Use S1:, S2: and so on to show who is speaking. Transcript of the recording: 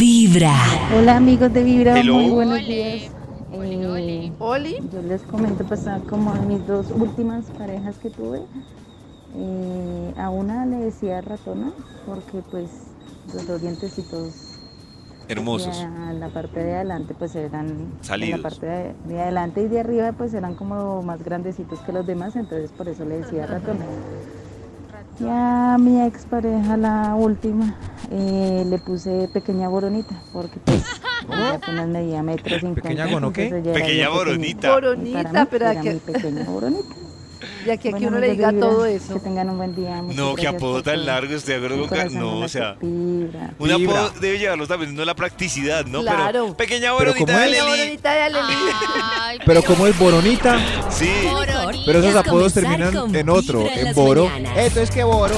S1: Vibra.
S2: Hola amigos de Vibra,
S3: Hello.
S2: muy buenos
S4: Ole.
S2: días.
S4: Oli,
S2: Eh,
S4: oli.
S5: Oli,
S2: Yo les comento pues a como a mis dos últimas parejas que tuve. Eh, a una le decía ratona porque pues los dos dientecitos
S3: Hermosos.
S2: hacia la parte de adelante pues eran
S3: Salidos.
S2: en la parte de, de adelante y de arriba pues eran como más grandecitos que los demás, entonces por eso le decía ratona. Y a mi expareja, la última, eh, le puse pequeña boronita, porque pues ella apenas medía metro cincuenta.
S6: ¿Pequeña gono qué?
S2: entonces ella era
S3: Pequeña
S2: muy pequeñita.
S3: boronita.
S2: Y para
S5: Boronita,
S2: mí
S5: pero
S2: era
S5: que-
S2: mi pequeña boronita.
S5: ya que aquí
S2: Bueno,
S5: uno
S2: amigos
S5: le
S2: de
S5: diga
S2: Vibra,
S5: todo
S2: Que
S5: eso.
S2: tengan un buen día. muchas
S3: No, qué
S2: gracias
S3: apodo
S2: por
S3: tan
S2: todo.
S3: largo este
S2: Un
S3: agrónomo.
S2: corazón en
S3: No,
S2: la
S3: o sea.
S2: vibra.
S3: Un
S6: Vibra.
S3: apodo debe llevarlos también, no la practicidad, ¿no? Pero
S5: Claro.
S3: pequeña
S6: Pero
S3: boronita de
S6: ¿cómo es?
S5: Pequeña
S3: Lely.
S5: boronita de Aleli.
S4: Ay,
S6: Pero como es Boronita,
S3: Sí.
S4: Boronita.
S6: pero esos
S4: Es
S6: apodos
S1: comenzar
S6: terminan
S1: con
S6: en otro,
S1: Vibra en
S6: en
S1: las
S6: Boro.
S1: mañanas.
S6: Esto es que Boro.